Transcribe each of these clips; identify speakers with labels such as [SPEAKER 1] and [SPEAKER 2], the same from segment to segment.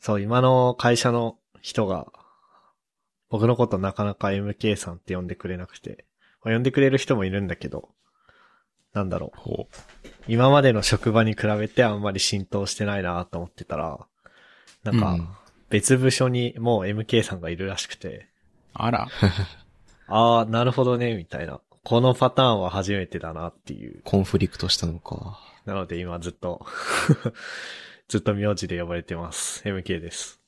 [SPEAKER 1] そう、今の会社の人が、僕のことなかなか MK さんって呼んでくれなくて、まあ呼んでくれる人もいるんだけど、なんだろう。
[SPEAKER 2] ほ
[SPEAKER 1] 今までの職場に比べてあんまり浸透してないなと思ってたら、
[SPEAKER 2] う。
[SPEAKER 1] なんか、
[SPEAKER 2] うん
[SPEAKER 1] 別部署にもう MK さんがいるらしくて、
[SPEAKER 2] あら、
[SPEAKER 1] ああ、なるほどね、みたいな。このパターンは初めてだなっていう。
[SPEAKER 3] コンフリクトしたのか。
[SPEAKER 1] なので今ずっと、 ずっと名字で呼ばれてます。MK です。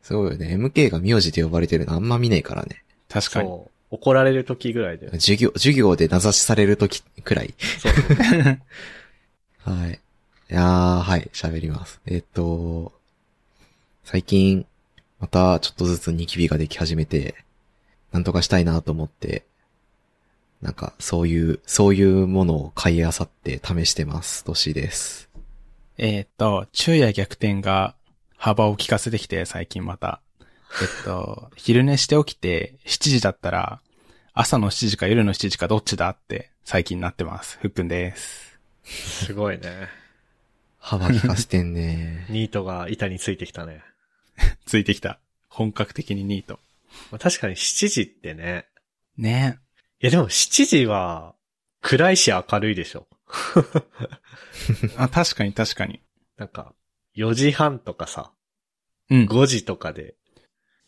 [SPEAKER 3] すごいよね。MK が名字で呼ばれてるのあんま見ないからね。
[SPEAKER 2] 確かに。
[SPEAKER 1] そう。怒られる時ぐらいだよね。
[SPEAKER 3] 授業、授業で名指しされるときくらい。
[SPEAKER 1] そう。
[SPEAKER 3] はい。いやー、はい、喋ります。えっと、最近、またちょっとずつニキビができ始めて、なんとかしたいなと思って、なんか、そういう、そういうものを買いあさって試してます。年です。
[SPEAKER 2] えーっと、昼夜逆転が幅を利かせてきて、最近また。えっと、 昼寝して起きて、7時だったら、朝の7時か夜の7時かどっちだって、最近なってます。ふっくんです。
[SPEAKER 1] すごいね。
[SPEAKER 3] 幅利かせてん ね。
[SPEAKER 1] ニートが板についてきたね。
[SPEAKER 2] ついてきた。本格的にニート。
[SPEAKER 1] まあ、確かに7時ってね。
[SPEAKER 2] ね
[SPEAKER 1] いやでも7時は暗いし明るいでしょ。
[SPEAKER 2] え。あ、確かに確かに。
[SPEAKER 1] なんか、4時半とかさ、
[SPEAKER 2] うん。
[SPEAKER 1] 5時とかで、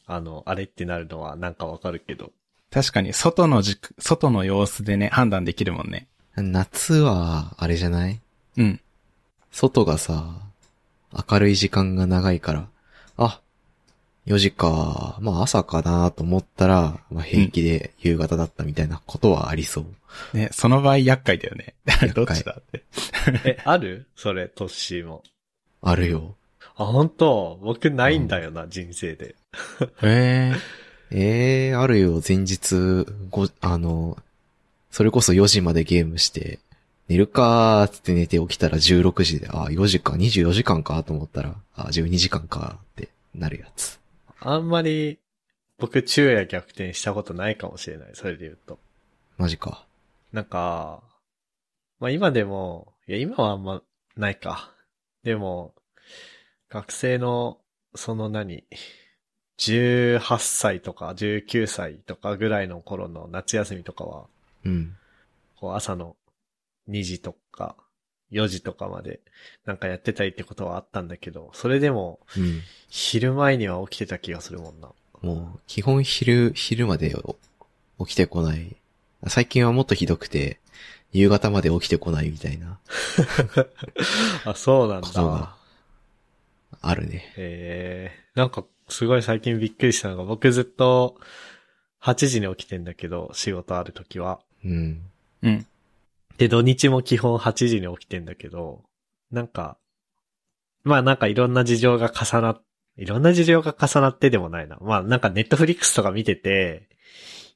[SPEAKER 1] あの、あれってなるのはなんかわかるけど。
[SPEAKER 2] 確かに、外の時間、外の様子でね、判断できるもんね。
[SPEAKER 3] 夏は、あれじゃない
[SPEAKER 2] うん。
[SPEAKER 3] 外がさ、明るい時間が長いから、あ、4時か、まあ朝かなと思ったら、まあ平気で夕方だったみたいなことはありそう。
[SPEAKER 2] ね、その場合厄介だよね。 どっちだって。
[SPEAKER 1] え、あるそれ、トッシーも。
[SPEAKER 3] あるよ。
[SPEAKER 1] あ、本当僕ないんだよな、人生で。
[SPEAKER 2] へえ。
[SPEAKER 3] ええあるよ、前日、ご、あの、それこそ4時までゲームして、寝るかーっつって寝て起きたら16時で、あ、4時か、24時間かと思ったら、あ、12時間かってなるやつ。
[SPEAKER 1] あんまり、僕、昼夜逆転したことないかもしれない。それで言うと。
[SPEAKER 3] マジか。
[SPEAKER 1] なんか、まあ今でも、いや今はあんまないか。でも、学生の、その何、18歳とか19歳とかぐらいの頃の夏休みとかは、
[SPEAKER 3] うん。
[SPEAKER 1] こう朝の2時とか4時とかまでなんかやってたりってことはあったんだけど、それでも
[SPEAKER 3] うん。
[SPEAKER 1] 昼前には起きてた気がするもんな。
[SPEAKER 3] もう、基本昼、昼までお起きてこない。最近はもっとひどくて、夕方まで起きてこないみたいな
[SPEAKER 1] あ、そうなん
[SPEAKER 3] こと
[SPEAKER 1] だ
[SPEAKER 3] が。、あるね。
[SPEAKER 1] えー、なんか、すごい最近びっくりしたのが、僕ずっと、8時に起きてんだけど、仕事ある時は。
[SPEAKER 3] うん。
[SPEAKER 2] うん。
[SPEAKER 1] で、土日も基本8時に起きてんだけど、なんか、まあなんかいろんな事情が重なっ、いろんな事情が重なってでもないな。まあなんかネットフリックスとか見てて、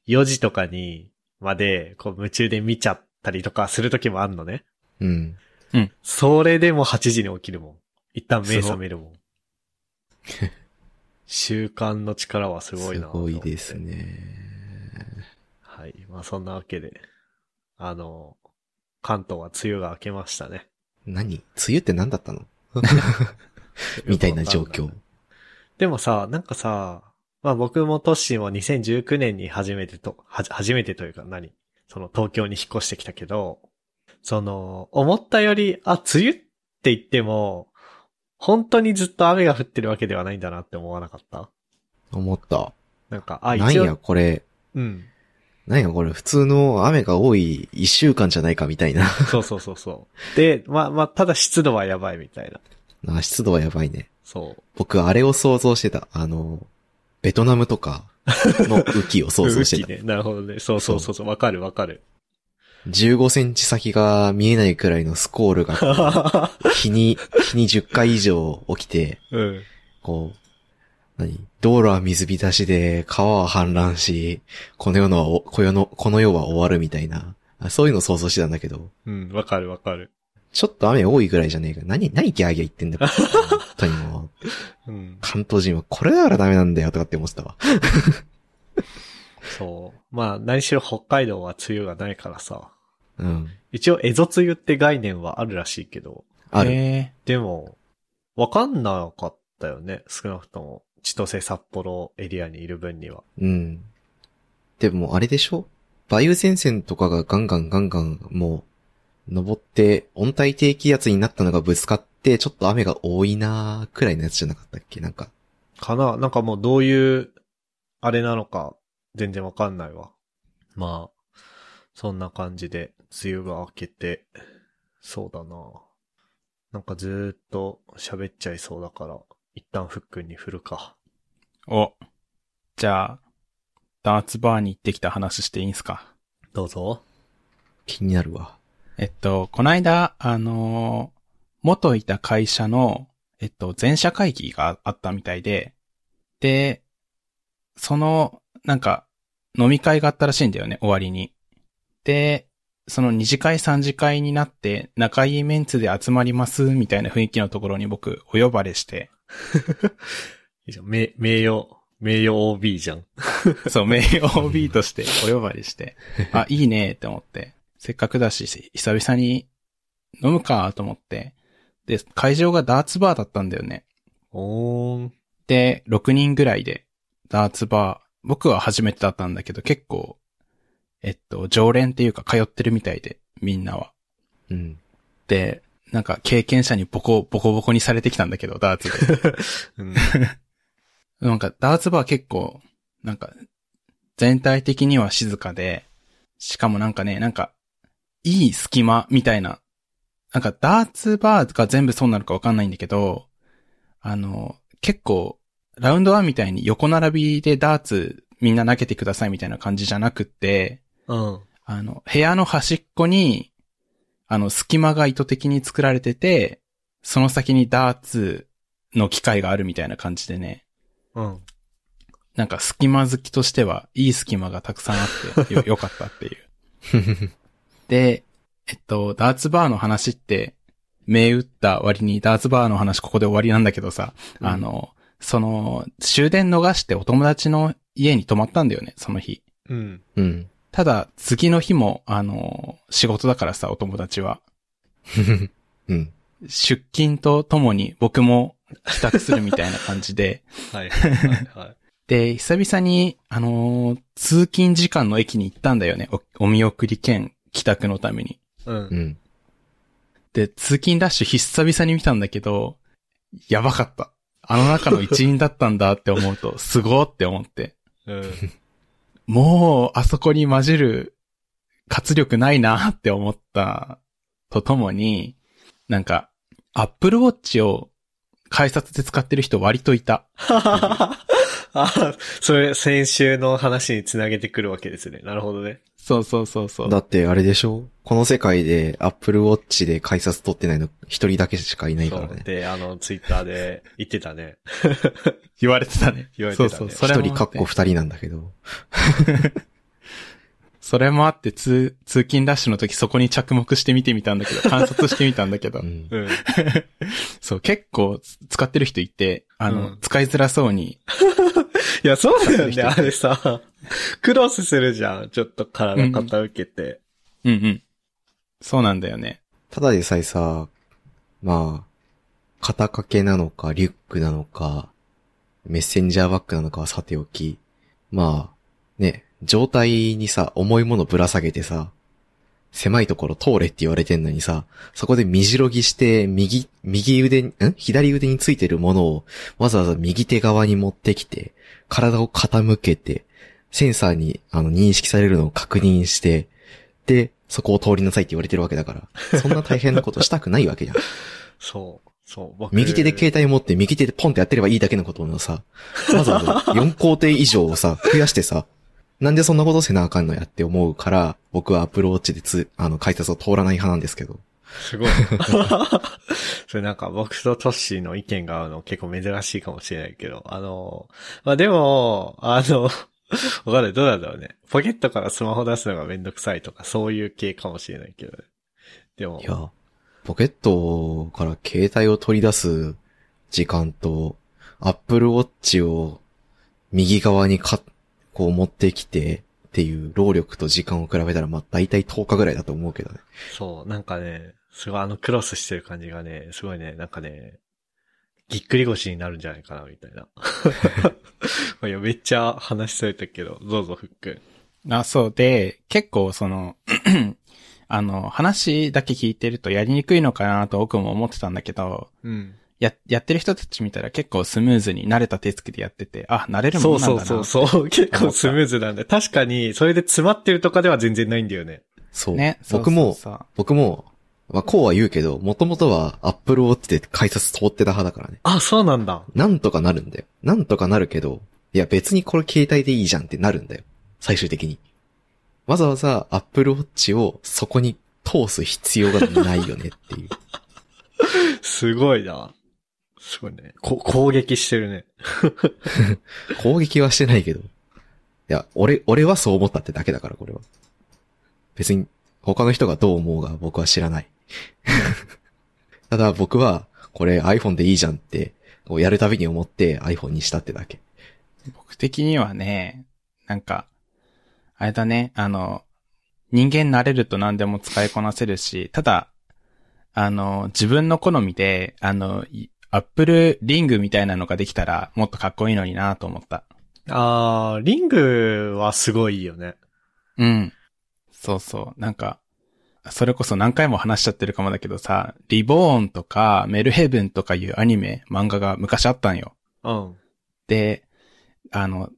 [SPEAKER 1] 4時とかにまで、こう夢中で見ちゃったりとかする時もあんのね。
[SPEAKER 3] うん。
[SPEAKER 1] それでも8時に起きるもん。一旦目覚めるもん。 習慣の力はすごい
[SPEAKER 3] す
[SPEAKER 1] なと思
[SPEAKER 3] ご
[SPEAKER 1] って
[SPEAKER 3] いです。ね。
[SPEAKER 1] はい。まあそんなわけで、あの、関東は梅雨が明けましたね。
[SPEAKER 3] 何梅雨って何 だったのみたいな状況。
[SPEAKER 1] でもさ、なんかさ、まあ僕もトッシーも2019年に初めてと、はじ、初めてというか何その東京に引っ越してきたけど、その、思ったより、あ、梅雨って言っても、本当にずっと雨が降ってるわけではないんだなって思わなかった
[SPEAKER 3] 思った。
[SPEAKER 1] なんか、あ、
[SPEAKER 3] なん
[SPEAKER 1] 一
[SPEAKER 3] や
[SPEAKER 1] 応、
[SPEAKER 3] これ、
[SPEAKER 1] うん。
[SPEAKER 3] なんやこれ、普通の雨が多い一週間じゃないかみたいな。
[SPEAKER 1] そうそうそうそう。で、まあまあ、ただ湿度はやばいみたいな。
[SPEAKER 3] あ湿度はやばいね。
[SPEAKER 1] そう。
[SPEAKER 3] 僕、あれを想像してた。あの、ベトナムとかの雨季を想像して
[SPEAKER 1] 空
[SPEAKER 3] た。
[SPEAKER 1] 気ね。なるほどね。そうそうそうそう。わかるわかる。
[SPEAKER 3] 15センチ先が見えないくらいのスコー ルが、日に、日に10回以上起きて、
[SPEAKER 1] うん。
[SPEAKER 3] こう、何道路は水浸しで、川は氾濫し、この世のはお、こ世の、この世は終わるみたいな。あそういうのを想像してたんだけど、
[SPEAKER 1] うん、わかるわかる。
[SPEAKER 3] ちょっと雨多いぐらいじゃねえか。何、何ギャーギャー言ってんだ本当にもう、
[SPEAKER 1] うん。
[SPEAKER 3] 関東人はこれだからダメなんだよとかって思ってたわ。
[SPEAKER 1] そう。まあ、何しろ北海道は梅雨がないからさ。
[SPEAKER 3] うん。
[SPEAKER 1] 一応、エゾ梅雨って概念はあるらしいけど、
[SPEAKER 3] ある。
[SPEAKER 2] へ
[SPEAKER 1] でも、わかんなかっったよね。少なくとも、千歳札幌エリアにいる分には。
[SPEAKER 3] うん。でもあれでしょ梅雨前線とかがガンガンガンガンもう、登って温帯低気圧になったのがぶつかって、ちょっと雨が多いなーくらいのやつじゃなかったっけなんか。
[SPEAKER 1] かななんかもうどういう、あれなのか、全然わかんないわ。まあ、そんな感じで、梅雨が明けて、そうだななんかずーっと喋っちゃいそうだから、一旦ふっくんに振るか。
[SPEAKER 2] お。じゃあ、ダーツバーに行ってきた話していいんすか
[SPEAKER 1] どうぞ。
[SPEAKER 3] 気になるわ。
[SPEAKER 2] えっと、この間、あのー元いた会社の、えっと、全社会議があったみたいで、で、その、なんか、飲み会があったらしいんだよね、終わりに。で、その二次会三次会になって、仲いいメンツで集まります、みたいな雰囲気のところに僕、お呼ばれして、
[SPEAKER 1] いいじゃん名、名誉、名誉 OB じゃん。
[SPEAKER 2] そう、名誉 OB としてお呼ばれして、あ、いいねって思って、せっかくだし、久々に飲むかと思って、で、会場がダーツバーだったんだよね。
[SPEAKER 1] おーん。
[SPEAKER 2] で、6人ぐらいで、ダーツバー、僕は初めてだったんだけど、結構、えっと、常連っていうか通ってるみたいで、みんなは。
[SPEAKER 3] うん。
[SPEAKER 2] で、なんか経験者にボコ、ボコボコにされてきたんだけど、ダーツで。
[SPEAKER 1] うん。
[SPEAKER 2] なんか、ダーツバー結構、なんか、全体的には静かで、しかもなんかね、なんか、いい隙間みたいな。なんか、ダーツバーが全部そうなのかわかんないんだけど、あの、結構、ラウンドワンみたいに横並びでダーツみんな投げてくださいみたいな感じじゃなくって、
[SPEAKER 1] うん。
[SPEAKER 2] あの、部屋の端っこに、あの、隙間が意図的に作られてて、その先にダーツの機械があるみたいな感じでね、
[SPEAKER 1] うん。
[SPEAKER 2] なんか隙間好きとしては、いい隙間がたくさんあって、 よ、よかったっていう。で、えっと、ダーツバーの話って、銘打った割にダーツバーの話ここで終わりなんだけどさ、
[SPEAKER 1] うん
[SPEAKER 2] あの、その、終電逃してお友達の家に泊まったんだよね、その日。
[SPEAKER 1] うん。
[SPEAKER 3] うん。
[SPEAKER 2] ただ、次の日も、あの、仕事だからさ、お友達は。
[SPEAKER 3] うん。
[SPEAKER 2] 出勤とともに僕も帰宅するみたいな感じで、
[SPEAKER 1] はいはいはいはい。
[SPEAKER 2] で、久々に、あのー通勤時間の駅に行ったんだよね。おお見送り兼帰宅のために。
[SPEAKER 1] うん
[SPEAKER 3] う。ん。
[SPEAKER 2] で、通勤ラッシュ久々に見たんだけど、やばかった。あの中の一員だったんだって思う と、すごーって思って。
[SPEAKER 1] うん。
[SPEAKER 2] もう、あそこに混じる活力ないなって思ったとともに、なんか、Apple Watch を改札で使ってる人割といた。
[SPEAKER 1] あ、それ、先週の話につなげてくるわけですね。なるほどね。
[SPEAKER 2] そうそうそうそう。
[SPEAKER 3] だってあれでしょこの世界で Apple Watch で改札取ってないの一人だけしかいないから
[SPEAKER 1] そう
[SPEAKER 3] ね。
[SPEAKER 1] で、あの、ツイッターで言ってたね。
[SPEAKER 2] 言われてたね。
[SPEAKER 1] 言われてたね
[SPEAKER 2] そうそう。そ
[SPEAKER 3] 一
[SPEAKER 2] れもあって
[SPEAKER 3] 人かっこ二人なんだけど。
[SPEAKER 2] それもあって、通、通勤ラッシュの時そこに着目して見てみたんだけど、観察してみたんだけど
[SPEAKER 3] う、ん。
[SPEAKER 1] うん。
[SPEAKER 2] そう、結構つ使ってる人いて、あの、
[SPEAKER 1] うん
[SPEAKER 2] 使いづらそうに、
[SPEAKER 1] いや、 そうだよね。
[SPEAKER 2] 人
[SPEAKER 1] あれさ、クロスするじゃん。ちょっと体傾けて。
[SPEAKER 2] うんうん。そうなんだよね。
[SPEAKER 3] ただでさえさ、まあ、肩掛けなのか、リュックなのか、メッセンジャーバッグなのかはさておき、まあ、ね、状態にさ、重いものぶら下げてさ、狭いところ通れって言われてんのにさ、そこで身じろぎして、右、右腕に、ん左腕についてるものを、わざわざ右手側に持ってきて、体を傾けて、センサーに、あの、認識されるのを確認して、で、そこを通りなさいって言われてるわけだから、そんな大変なことしたくないわけ じゃん。
[SPEAKER 1] そう。そう。僕
[SPEAKER 3] 右手で携帯持って、右手でポンってやってればいいだけのことをさ、わざわざ4工 程以上をさ、増やしてさ、なんでそんなことせなあかんのやって思うから、僕はアプローチでつ、あの、改札を通らない派なんですけど。
[SPEAKER 1] すごい。それなんか僕とトッシーの意見が合うの結構珍しいかもしれないけど、あの、まあ、でも、あの、わかんない。どうなんだろうね。ポケットからスマホ出すのがめんどくさいとか、そういう系かもしれないけどね。でも
[SPEAKER 3] い、や、ポケットから携帯を取り出す時間と、アップルウォッチを右側にか、こう持ってきてっていう労力と時間を比べたら、まあ、大体10日ぐらいだと思うけどね。
[SPEAKER 1] そう、なんかね、すごいあのクロスしてる感じがね、すごいね、なんかね、ぎっくり腰になるんじゃないかな、みたいな。いや、めっちゃ話しそれたけど、どうぞ、ふっくん。
[SPEAKER 2] あ、そうで、結構その、 あの、話だけ聞いてるとやりにくいのかなと僕も思ってたんだけど、
[SPEAKER 1] うん。
[SPEAKER 2] や、やってる人たち見たら結構スムーズに慣れた手つきでやってて、あ、慣れる
[SPEAKER 1] そ
[SPEAKER 2] も
[SPEAKER 1] うん
[SPEAKER 2] なんだ
[SPEAKER 1] そ
[SPEAKER 2] な
[SPEAKER 1] うそう そう。結構スムーズなんで。確かに、それで詰まってるとかでは全然ないんだよね。
[SPEAKER 3] そう。
[SPEAKER 2] ね、
[SPEAKER 3] 僕も、
[SPEAKER 2] そうそうそう
[SPEAKER 3] 僕も、まあ、こうは言うけど、もともとは Apple Watch で改札通ってた派だからね。
[SPEAKER 1] あ、そうなんだ。
[SPEAKER 3] なんとかなるんだよ。なんとかなるけど、いや別にこれ携帯でいいじゃんってなるんだよ。最終的に。わざわざ Apple Watch をそこに通す必要がないよねっていう。
[SPEAKER 1] すごいな。すごいね。こ攻撃してるね。
[SPEAKER 3] 攻撃はしてないけど。いや、俺、俺はそう思ったってだけだから、これは。別に、他の人がどう思うが僕は知らない。 ただ僕は、これ iPhone でいいじゃんって、こうやるたびに思って iPhone にしたってだけ。
[SPEAKER 2] 僕的にはね、なんか、あれだね、あの、人間慣れると何でも使いこなせるし、ただ、あの、自分の好みで、あの、いアップルリングみたいなのができたら、もっとかっこいいのになと思った。
[SPEAKER 1] あー、リングはすごいよね。
[SPEAKER 2] うん。そうそう。なんか、それこそ何回も話しちゃってるかもだけどさ、リボーンとかメルヘブンとかいうアニメ、漫画が昔あったんよ。
[SPEAKER 1] うん。
[SPEAKER 2] で、あの、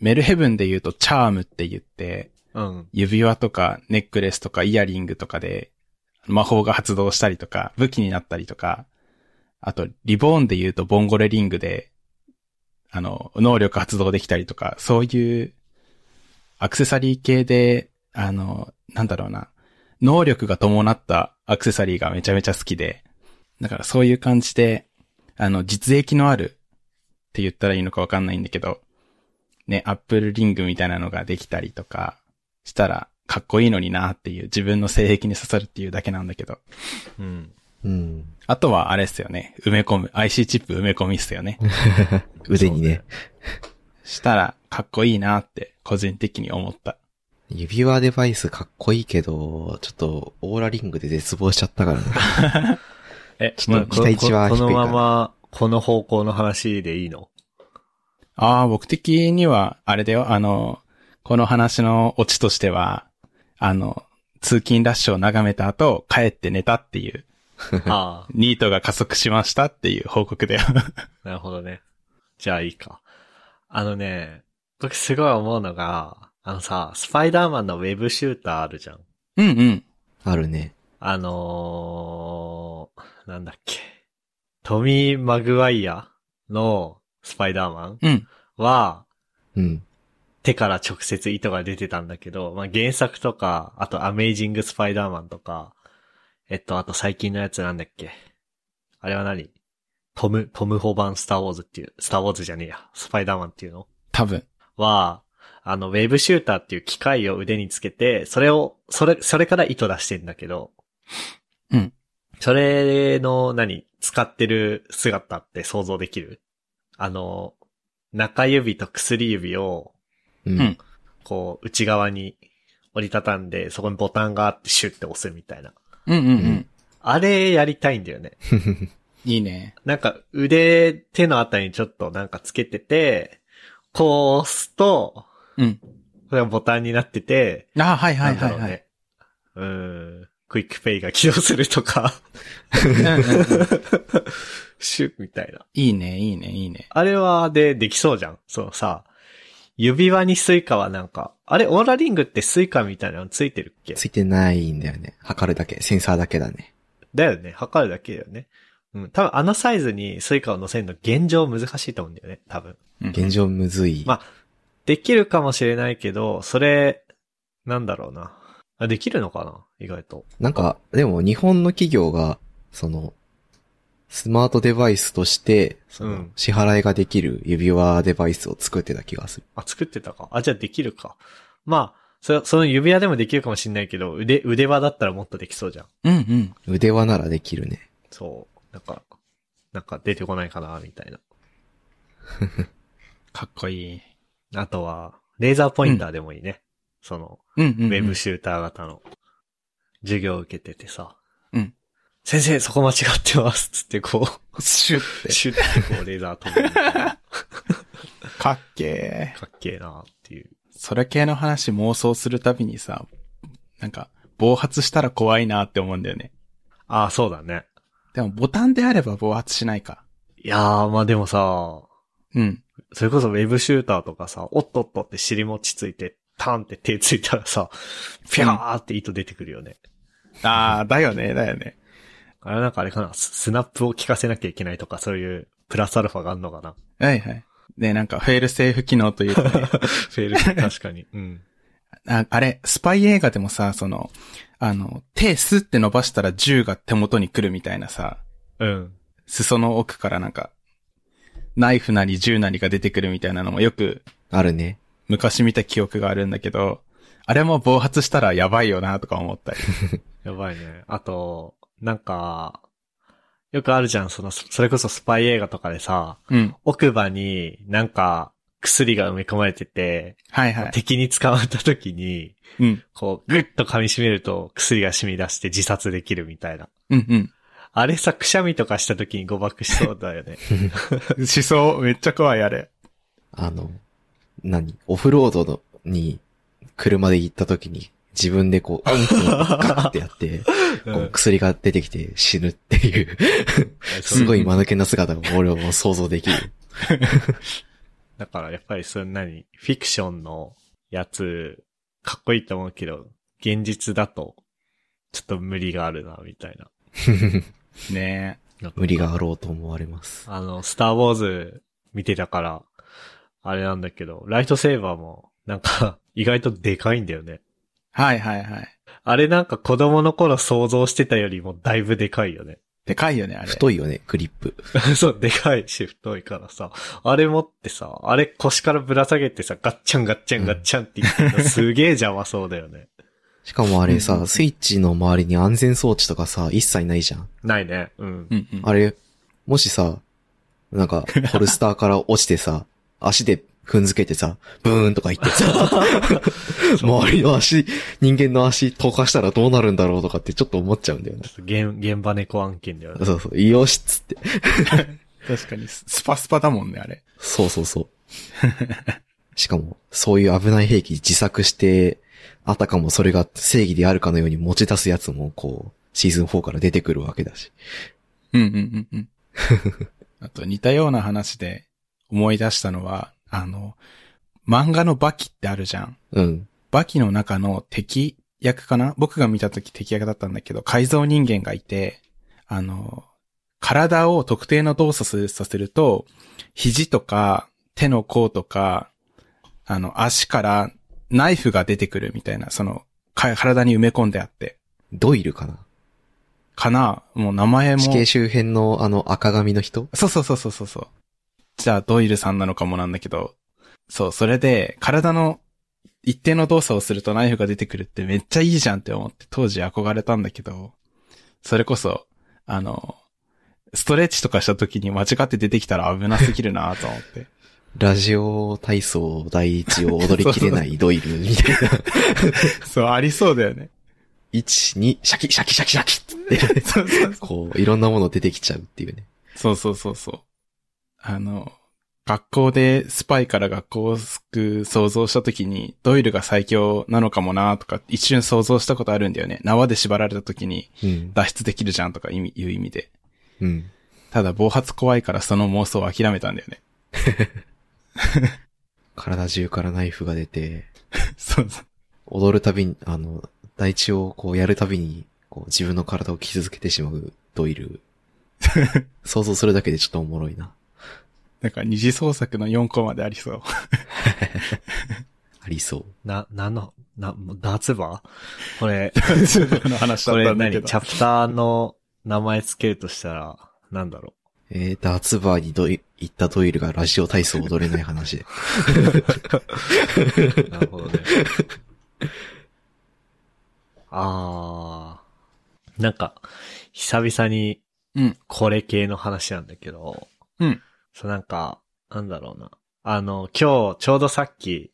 [SPEAKER 2] メルヘブンで言うとチャームって言って、
[SPEAKER 1] うん。
[SPEAKER 2] 指輪とかネックレスとかイヤリングとかで魔法が発動したりとか、武器になったりとか、あと、リボーンで言うとボンゴレリングで、あの、能力発動できたりとか、そういうアクセサリー系で、あの、なんだろうな、能力が伴ったアクセサリーがめちゃめちゃ好きで、だからそういう感じで、あの、実益のあるって言ったらいいのかわかんないんだけど、ね、アップルリングみたいなのができたりとか、したらかっこいいのになっていう自分の性癖に刺さるっていうだけなんだけど。
[SPEAKER 1] うん。
[SPEAKER 3] うん。
[SPEAKER 2] あとはあれっすよね。埋め込む。IC チップ埋め込みっすよね。
[SPEAKER 3] 腕にね、
[SPEAKER 2] したらかっこいいなって個人的に思った。
[SPEAKER 3] 指輪デバイスかっこいいけど、ちょっとオーラリングで絶望しちゃったからな。
[SPEAKER 1] え、
[SPEAKER 3] ちょっと期待値は
[SPEAKER 1] こ
[SPEAKER 3] 低いか
[SPEAKER 1] ここの
[SPEAKER 3] ら
[SPEAKER 1] まま、この方向の話でいい の
[SPEAKER 2] ああ、僕的にはあれだよ。あの、この話のオチとしては、あの、通勤ラッシュを眺めた後、帰って寝たっていう、
[SPEAKER 1] あ
[SPEAKER 2] ニートが加速しましたっていう報告だよ。
[SPEAKER 1] あ、なるほどね。じゃあいいか。あのね、僕すごい思うのが、あのさ、スパイダーマンのウェブシューターあるじゃん。
[SPEAKER 2] うんうん。
[SPEAKER 3] あるね。
[SPEAKER 1] あのー、なんだっけ。トミー・マグワイアのスパイダーマン
[SPEAKER 2] うん。
[SPEAKER 1] は、
[SPEAKER 3] うん。
[SPEAKER 1] 手から直接糸が出てたんだけど、まあ、原作とか、あとアメイジング・スパイダーマンとか、えっと、あと最近のやつなんだっけ。あれは何トム、トム・ホバン・スター・ウォーズっていう、スター・ウォーズじゃねえや、スパイダーマンっていうの
[SPEAKER 2] 多分。
[SPEAKER 1] は、あの、ウェブシューターっていう機械を腕につけて、それを、それ、それから糸出してんだけど。
[SPEAKER 2] うん。
[SPEAKER 1] それの、何使ってる姿って想像できるあの、中指と薬指を、
[SPEAKER 3] うん。
[SPEAKER 2] うん
[SPEAKER 1] こう、内側に折りたたんで、そこにボタンがあってシュッて押すみたいな。
[SPEAKER 2] うんうんう
[SPEAKER 3] うんん。
[SPEAKER 1] あれやりたいんだよね。
[SPEAKER 2] いいね。
[SPEAKER 1] なんか腕、手のあたりにちょっとなんかつけてて、こう押すと、
[SPEAKER 2] うん。
[SPEAKER 1] これがボタンになってて、
[SPEAKER 2] ああ、はいは
[SPEAKER 1] ないんだ
[SPEAKER 2] は
[SPEAKER 1] ろ
[SPEAKER 2] いうはい。
[SPEAKER 1] ね。うーん。クイックペイが起動するとか、
[SPEAKER 2] うんうんうん
[SPEAKER 1] シュッみたいな。
[SPEAKER 2] いいね、いいね、いいね。
[SPEAKER 1] あれは、で、できそうじゃん。そのさ、指輪にスイカはなんか、あれ、オーラリングってスイカみたいなのついてるっけ
[SPEAKER 3] ついてないんだよね。測るだけ。センサーだけだね。
[SPEAKER 1] だよね。測るだけだよね。うん。多分あのサイズにスイカを乗せるの現状難しいと思うんだよね。多分。
[SPEAKER 2] うん
[SPEAKER 3] 現状むずい。
[SPEAKER 1] まあできるかもしれないけど、それ、なんだろうな。あできるのかな意外と。
[SPEAKER 3] なんか、でも日本の企業が、その、スマートデバイスとして、そうの
[SPEAKER 1] ん、
[SPEAKER 3] 支払いができる指輪デバイスを作ってた気がする。
[SPEAKER 1] あ、作ってたか。あ、じゃあできるか。まあ、そ、その指輪でもできるかもしれないけど、腕、腕輪だったらもっとできそうじゃん。
[SPEAKER 2] うんうん。
[SPEAKER 3] 腕輪ならできるね。
[SPEAKER 1] そう。なんか、なんか出てこないかな、みたい
[SPEAKER 2] かっこいい。
[SPEAKER 1] な。あとは、レーザーポインターでもいいね。その、
[SPEAKER 2] うんうん、
[SPEAKER 1] ウ
[SPEAKER 2] うん。
[SPEAKER 1] ェブシューター型の授業を受けててさ。
[SPEAKER 2] うん
[SPEAKER 1] 先生、そこ間違ってます。つってこ う、
[SPEAKER 2] シュッ
[SPEAKER 1] シュッてこうレーザー飛ぶみたいな。
[SPEAKER 2] て。かっけー。
[SPEAKER 1] かっけえなっていう。
[SPEAKER 2] それ系の話妄想するたびにさ、なんか、暴発したら怖いなって思うんだよね。
[SPEAKER 1] ああ、そうだね。
[SPEAKER 2] でもボタンであれば暴発しないか。
[SPEAKER 1] いやー、まあでもさ、
[SPEAKER 2] うん。
[SPEAKER 1] それこそウェブシューターとかさ、おっとっとって尻餅ついて、ターンって手ついたらさ、ピャーって糸出てくるよね。
[SPEAKER 2] あー、だよね、だよね。
[SPEAKER 1] あれなんかあれかな、ススナップを効かせなきゃいけないとか、そういうプラスアルファがあるのかな。
[SPEAKER 2] はいはい。で、なんか、フェールセーフ機能というか ね、
[SPEAKER 1] フェール して確かに。うん。
[SPEAKER 2] ああれ、スパイ映画でもさ、その、あの、手スって伸ばしたら銃が手元に来るみたいなさ、
[SPEAKER 1] うん。
[SPEAKER 2] 裾の奥からなんか、ナイフなり銃なりが出てくるみたいなのもよく
[SPEAKER 3] あるね。
[SPEAKER 2] 昔見た記憶があるんだけど、あれも暴発したらやばいよなとか思ったり。
[SPEAKER 1] やばいね。あと、なんか、よくあるじゃん、その、それこそスパイ映画とかでさ、
[SPEAKER 2] うん。
[SPEAKER 1] 奥歯になんか薬が埋め込まれてて、
[SPEAKER 2] はいはい。
[SPEAKER 1] 敵に捕まった時に、
[SPEAKER 2] うん。
[SPEAKER 1] こう、ぐっと噛み締めると薬が染み出して自殺できるみたいな。
[SPEAKER 2] うん
[SPEAKER 1] あれさ、くしゃみとかした時に誤爆しそうだよ ね。
[SPEAKER 2] うん。 思想めっ ちゃ怖いあれ。
[SPEAKER 3] あの、何オフロードのに、車で行った時に、自分でこう、うんってガッてやって、
[SPEAKER 1] う
[SPEAKER 3] こうん薬が出てきて死ぬっていう、すごい間抜けな姿が俺はもう想像できる。
[SPEAKER 1] だからやっぱりそんなに、フィクションのやつ、かっこいいと思うけど、現実だと、ちょっと無理があるな、みたいな。
[SPEAKER 2] ね
[SPEAKER 3] 無理があろうと思われます。
[SPEAKER 1] あの、スターウォーズ見てたから、あれなんだけど、ライトセーバーも、なんか 、意外とでかいんだよね。
[SPEAKER 2] え。はいはいはい。
[SPEAKER 1] あれなんか子供の頃想像してたよりもだいぶでかいよね。
[SPEAKER 2] でかいよね、あれ。
[SPEAKER 3] 太いよね、グリップ。
[SPEAKER 1] そう、でかいし太いからさ、あれ持ってさ、あれ腰からぶら下げてさ、ガッチャンガッチャンガッチャンって言ってるのすげえ邪魔そうだよね。
[SPEAKER 3] しかもあれ
[SPEAKER 2] うん
[SPEAKER 3] さ、スイッチの周りに安全装置とかさ、一切ないじゃん。
[SPEAKER 1] ないね。うん。
[SPEAKER 2] うんうん。
[SPEAKER 3] あれ、もしさ、な んか、ホルスターから落ちてさ、足で踏んづけてさ、ブーンとか言っ てさ、周りの足、人間の足溶かしたらどうなるんだろうとかってちょっと思っちゃうんだよね。
[SPEAKER 1] 現、現場猫案件だよね。
[SPEAKER 3] そうそう、よしっつって。
[SPEAKER 2] 確かにス、スパスパだもんね、あれ。
[SPEAKER 3] そうそう そう。しかも、そういう危ない兵器自作して、あたかもそれが正義であるかのように持ち出すやつも、こう、シーズン4から出てくるわけだし。
[SPEAKER 2] うんうんうん うん。あと似たような話で思い出したのは、あの、漫画のバキってあるじゃん。
[SPEAKER 3] うん。
[SPEAKER 2] バキの中の敵役かな僕が見た時敵役だったんだけど、改造人間がいて、あの、体を特定の動作させると、肘とか手の甲とか、あの、足からナイフが出てくるみたいな、その、か体に埋め込んであって。
[SPEAKER 3] ドイルかな
[SPEAKER 2] かなもう名前も。
[SPEAKER 3] 死刑周辺のあの赤髪の人
[SPEAKER 2] そうそうそうそうそうそう。じゃあ、ドイルさんなのかもなんだけど、そう、それで、体の一定の動作をするとナイフが出てくるってめっちゃいいじゃんって思って、当時憧れたんだけど、それこそ、あの、ストレッチとかした時に間違って出てきたら危なすぎるなと思って。
[SPEAKER 3] ラジオ体操第一を踊りきれないドイルみたいな。
[SPEAKER 2] そう、ありそうだよ ね。
[SPEAKER 3] 1、2、シャキシャキシャキシャキって 言って、
[SPEAKER 2] そうそう
[SPEAKER 3] こう、いろんなもの出てきちゃうっていうね。
[SPEAKER 2] そうそうそうそう。あの、学校でスパイから学校を救う想像した時に、ドイルが最強なのかもなとか、一瞬想像したことあるんだよね。縄で縛られた時に
[SPEAKER 3] うん。
[SPEAKER 2] 脱出できるじゃんとか意味、いう意味で。
[SPEAKER 3] うん。
[SPEAKER 2] ただ、暴発怖いからその妄想を諦めたんだよね。
[SPEAKER 3] 体中からナイフが出て、
[SPEAKER 2] そうそう。
[SPEAKER 3] 踊るたびに、あの、大地をこうやるたびに、こう自分の体を傷つけてしまうドイル。想像するだけでちょっとおもろいな。
[SPEAKER 2] なんか二次創作の4個までありそう。
[SPEAKER 3] ありそう。
[SPEAKER 1] な、なの、な、夏場こ れ、
[SPEAKER 2] の話だ
[SPEAKER 1] こ
[SPEAKER 2] った
[SPEAKER 1] れ
[SPEAKER 2] んだけ
[SPEAKER 1] 何
[SPEAKER 2] ど
[SPEAKER 1] チ。ャプターの名前つけるとしたら、なんだろ
[SPEAKER 3] えー、ダーツバーにドイ行ったドイルがラジオ体操を踊れない話で。
[SPEAKER 1] う。なるほどね。 あー。なんか、久々に
[SPEAKER 2] うん、
[SPEAKER 1] これ系の話なんだけど、
[SPEAKER 2] うん。
[SPEAKER 1] そうなんか、なんだろうな。あの、今日、ちょうどさっき、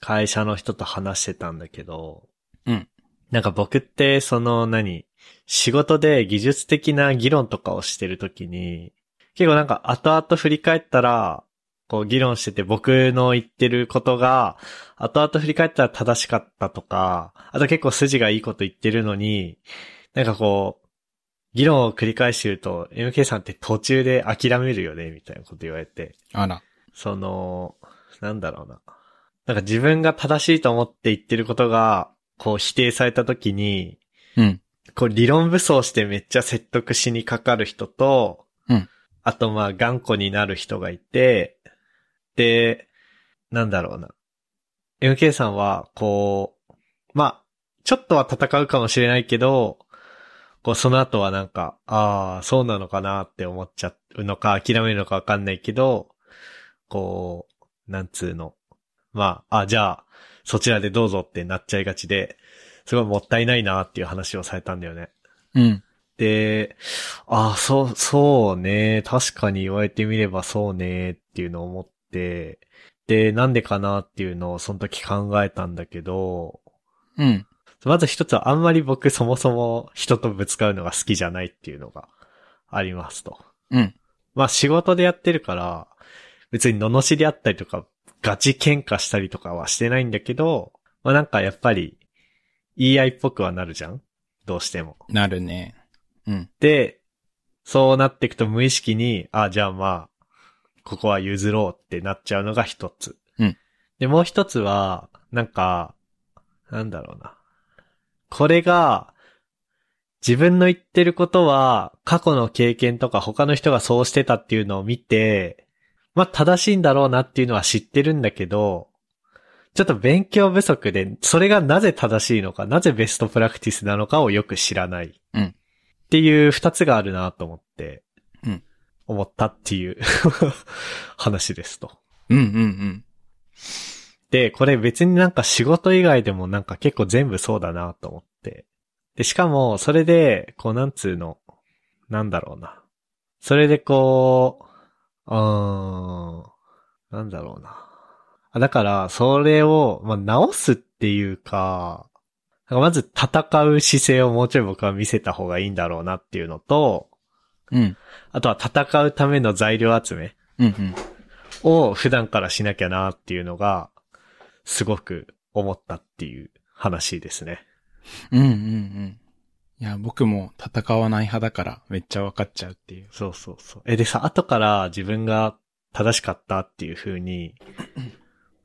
[SPEAKER 1] 会社の人と話してたんだけど、
[SPEAKER 2] うん。
[SPEAKER 1] なんか僕って、その何、仕事で技術的な議論とかをしてるときに、結構なんか後々振り返ったら、こう議論してて僕の言ってることが、後々振り返ったら正しかったとか、あと結構筋がいいこと言ってるのに、なんかこう、議論を繰り返してると、MK さんって途中で諦めるよね、みたいなこと言われて。
[SPEAKER 2] あら。
[SPEAKER 1] その、なんだろうな。なんか自分が正しいと思って言ってることが、こう否定された時に、
[SPEAKER 2] うん。
[SPEAKER 1] こう理論武装してめっちゃ説得しにかかる人と、
[SPEAKER 2] うん
[SPEAKER 1] あとまあ頑固になる人がいて、で、なんだろうな。MK さんは、こう、まあ、ちょっとは戦うかもしれないけど、こう、その後はなんか、ああ、そうなのかなって思っちゃうのか、諦めるのかわかんないけど、こう、なんつうの。まあ、あ、じゃあ、そちらでどうぞってなっちゃいがちで、すごいもったいないなっていう話をされたんだよね。
[SPEAKER 2] うん。
[SPEAKER 1] で、あ、そう、そうね、確かに言われてみればそうねっていうのを思って、で、なんでかなっていうのをその時考えたんだけど、
[SPEAKER 2] うん。
[SPEAKER 1] まず一つはあんまり僕そもそも人とぶつかるのが好きじゃないっていうのがありますと。
[SPEAKER 2] うん。
[SPEAKER 1] まあ仕事でやってるから、別に罵りあったりとか、ガチ喧嘩したりとかはしてないんだけど、まあなんかやっぱり、言い合いっぽくはなるじゃんどうしても。
[SPEAKER 2] なるね。うん。
[SPEAKER 1] で、そうなっていくと無意識に、あ、じゃあまあ、ここは譲ろうってなっちゃうのが一つ。
[SPEAKER 2] うん
[SPEAKER 1] で、もう一つは、なんか、なんだろうな。これが、自分の言ってることは、過去の経験とか他の人がそうしてたっていうのを見て、まあ正しいんだろうなっていうのは知ってるんだけど、ちょっと勉強不足で、それがなぜ正しいのか、なぜベストプラクティスなのかをよく知らない。っていう二つがあるなと思って、
[SPEAKER 2] うん
[SPEAKER 1] 思ったっていう 話ですと。
[SPEAKER 2] うんうんうん。
[SPEAKER 1] で、これ別になんか仕事以外でもなんか結構全部そうだなと思って。で、しかも、それで、こうなんつうの、なんだろうな。それでこう、うーん、なんだろうな。あだから、それを、まあ、直すっていうか、なんかまず戦う姿勢をもうちょい僕は見せた方がいいんだろうなっていうのと、
[SPEAKER 2] うん。
[SPEAKER 1] あとは戦うための材料集め
[SPEAKER 2] うんうん。
[SPEAKER 1] を普段からしなきゃなっていうのが、すごく思ったっていう話ですね。
[SPEAKER 2] うんうんうん。いや、僕も戦わない派だからめっちゃ分かっちゃうっていう。
[SPEAKER 1] そうそうそう。え、でさ、後から自分が正しかったっていう風に、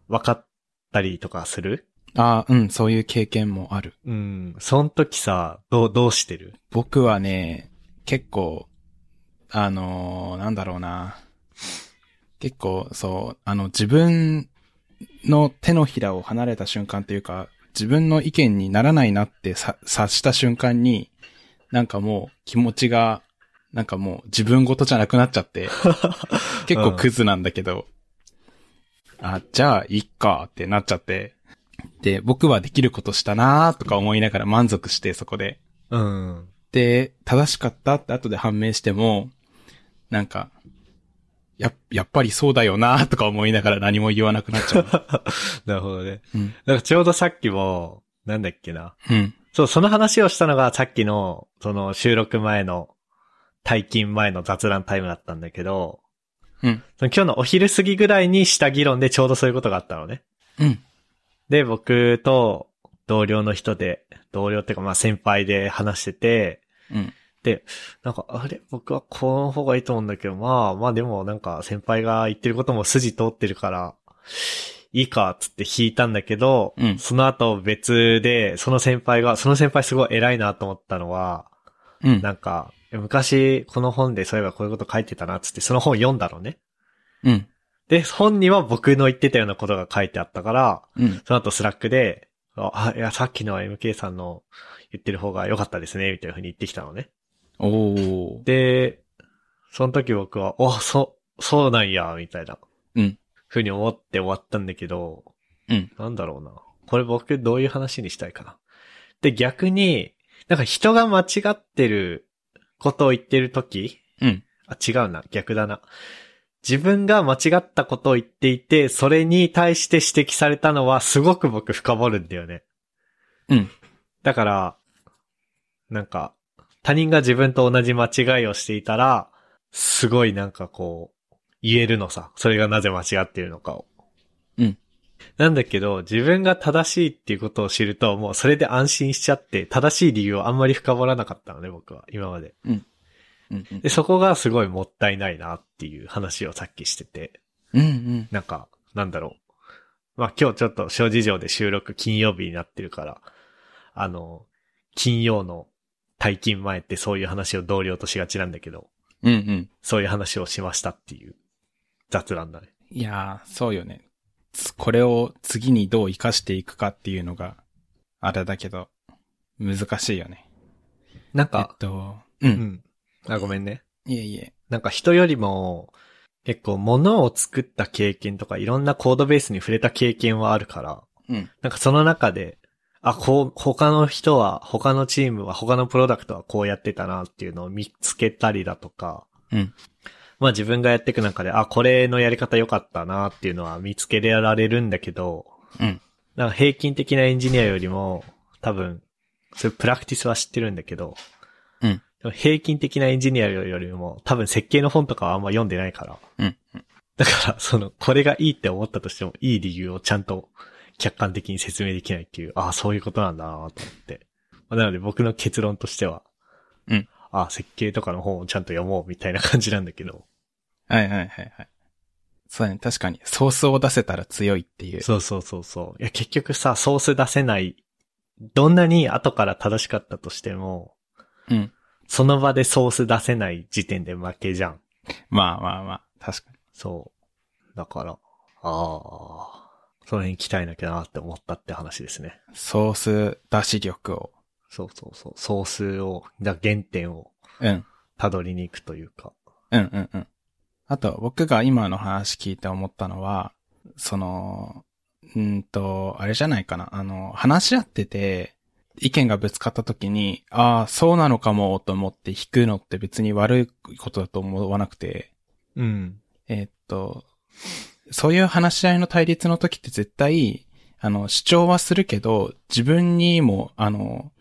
[SPEAKER 1] 分かったりとかする
[SPEAKER 2] ああ、うん、そういう経験もある。
[SPEAKER 1] うん。そん時さ、どう、どうしてる
[SPEAKER 2] 僕はね、結構、あのーなんだろうな。結構、そう、あの、自分の手のひらを離れた瞬間というか、自分の意見にならないなってさ察した瞬間に、なんかもう気持ちが、なんかもう自分ごとじゃなくなっちゃって、結構クズなんだけど、あ、じゃあ、いっかってなっちゃって、で、僕はできることしたなーとか思いながら満足して、そこで。
[SPEAKER 1] うん。
[SPEAKER 2] で、正しかったって後で判明しても、なんか、や、やっぱりそうだよな とか思いながら何も言わなくなっちゃう。
[SPEAKER 1] なるほどね。
[SPEAKER 2] うん。
[SPEAKER 1] なんかちょうどさっきも、なんだっけな。
[SPEAKER 2] うん。
[SPEAKER 1] そう、その話をしたのがさっきの、その収録前の、退勤前の雑談タイムだったんだけど、
[SPEAKER 2] うん。
[SPEAKER 1] その今日のお昼過ぎぐらいにした議論でちょうどそういうことがあったのね。
[SPEAKER 2] うん。
[SPEAKER 1] で、僕と同僚の人で、同僚っていうかまあ先輩で話してて、
[SPEAKER 2] うん。
[SPEAKER 1] なんか、あれ僕はこの方がいいと思うんだけど、まあまあでもなんか先輩が言ってることも筋通ってるから、いいか、つって引いたんだけど、
[SPEAKER 2] うん
[SPEAKER 1] その後別で、その先輩が、その先輩すごい偉いなと思ったのは、
[SPEAKER 2] うん。
[SPEAKER 1] なんか、昔この本でそういえばこういうこと書いてたな、つってその本読んだのね。
[SPEAKER 2] うん。
[SPEAKER 1] で、本には僕の言ってたようなことが書いてあったから、
[SPEAKER 2] うん。
[SPEAKER 1] その後スラックで、あ、いや、さっきのは MK さんの言ってる方が良かったですね、みたいな風に言ってきたのね。
[SPEAKER 2] おー。
[SPEAKER 1] で、その時僕は、お、そ、そうなんや、みたいな。
[SPEAKER 2] うん
[SPEAKER 1] 風に思って終わったんだけど、
[SPEAKER 2] うん。
[SPEAKER 1] なんだろうな。これ僕どういう話にしたいかな。で、逆に、なんか人が間違ってることを言ってる時
[SPEAKER 2] うん。
[SPEAKER 1] あ、違うな、逆だな。自分が間違ったことを言っていて、それに対して指摘されたのはすごく僕深掘るんだよね。
[SPEAKER 2] うん。
[SPEAKER 1] だから、なんか、他人が自分と同じ間違いをしていたら、すごいなんかこう、言えるのさ。それがなぜ間違っているのかを。
[SPEAKER 2] うん。
[SPEAKER 1] なんだけど、自分が正しいっていうことを知ると、もうそれで安心しちゃって、正しい理由をあんまり深掘らなかったのね、僕は、今まで。
[SPEAKER 2] うんうん
[SPEAKER 1] で、そこがすごいもったいないなっていう話をさっきしてて。
[SPEAKER 2] うんうん。
[SPEAKER 1] なんか、なんだろう。まあ今日ちょっと小事情で収録金曜日になってるから、あの、金曜の退勤前ってそういう話を同僚としがちなんだけど、
[SPEAKER 2] うんうん。
[SPEAKER 1] そういう話をしましたっていう雑談だね。
[SPEAKER 2] いやー、そうよね。つこれを次にどう活かしていくかっていうのが、あれだけど、難しいよね。
[SPEAKER 1] なん
[SPEAKER 2] えっ
[SPEAKER 1] か、
[SPEAKER 2] と、う。
[SPEAKER 1] うんん。あ、ごめんね。
[SPEAKER 2] いえいえ。
[SPEAKER 1] なんか人よりも、結構物を作った経験とかいろんなコードベースに触れた経験はあるから、
[SPEAKER 2] うん。
[SPEAKER 1] なんかその中で、あ、こう、他の人は、他のチームは、他のプロダクトはこうやってたなっていうのを見つけたりだとか、
[SPEAKER 2] うん。
[SPEAKER 1] まあ自分がやっていく中で、あ、これのやり方良かったなっていうのは見つけられるんだけど、
[SPEAKER 2] うん。
[SPEAKER 1] なんか平均的なエンジニアよりも、多分、そういうプラクティスは知ってるんだけど、
[SPEAKER 2] うん。
[SPEAKER 1] でも平均的なエンジニアよりも、多分設計の本とかはあんま読んでないから、
[SPEAKER 2] うん。
[SPEAKER 1] だから、その、これがいいって思ったとしても、いい理由をちゃんと客観的に説明できないっていう、ああ、そういうことなんだなと思って。まあなので僕の結論としては、
[SPEAKER 2] うん。
[SPEAKER 1] ああ、設計とかの本をちゃんと読もうみたいな感じなんだけど。
[SPEAKER 2] はいはいはいはい。そうだね。確かに、ソースを出せたら強いっていう。
[SPEAKER 1] そうそうそうそう。いや、結局さ、ソース出せない。どんなに後から正しかったとしても、
[SPEAKER 2] うん。
[SPEAKER 1] その場でソース出せない時点で負けじゃん。
[SPEAKER 2] まあまあまあ、確かに。
[SPEAKER 1] そう。だから、ああ、その辺鍛えなきゃなって思ったって話ですね。
[SPEAKER 2] ソース出し力を。
[SPEAKER 1] そうそうそう。総数を、だ原点を
[SPEAKER 2] うん。
[SPEAKER 1] たどりに行くというか。
[SPEAKER 2] うんうんうん。あと、僕が今の話聞いて思ったのは、その、うーんと、あれじゃないかな。あの、話し合ってて、意見がぶつかった時に、ああ、そうなのかも、と思って引くのって別に悪いことだと思わなくて、
[SPEAKER 1] うん。
[SPEAKER 2] えーっと、そういう話し合いの対立の時って絶対、あの、主張はするけど、自分にも、あの、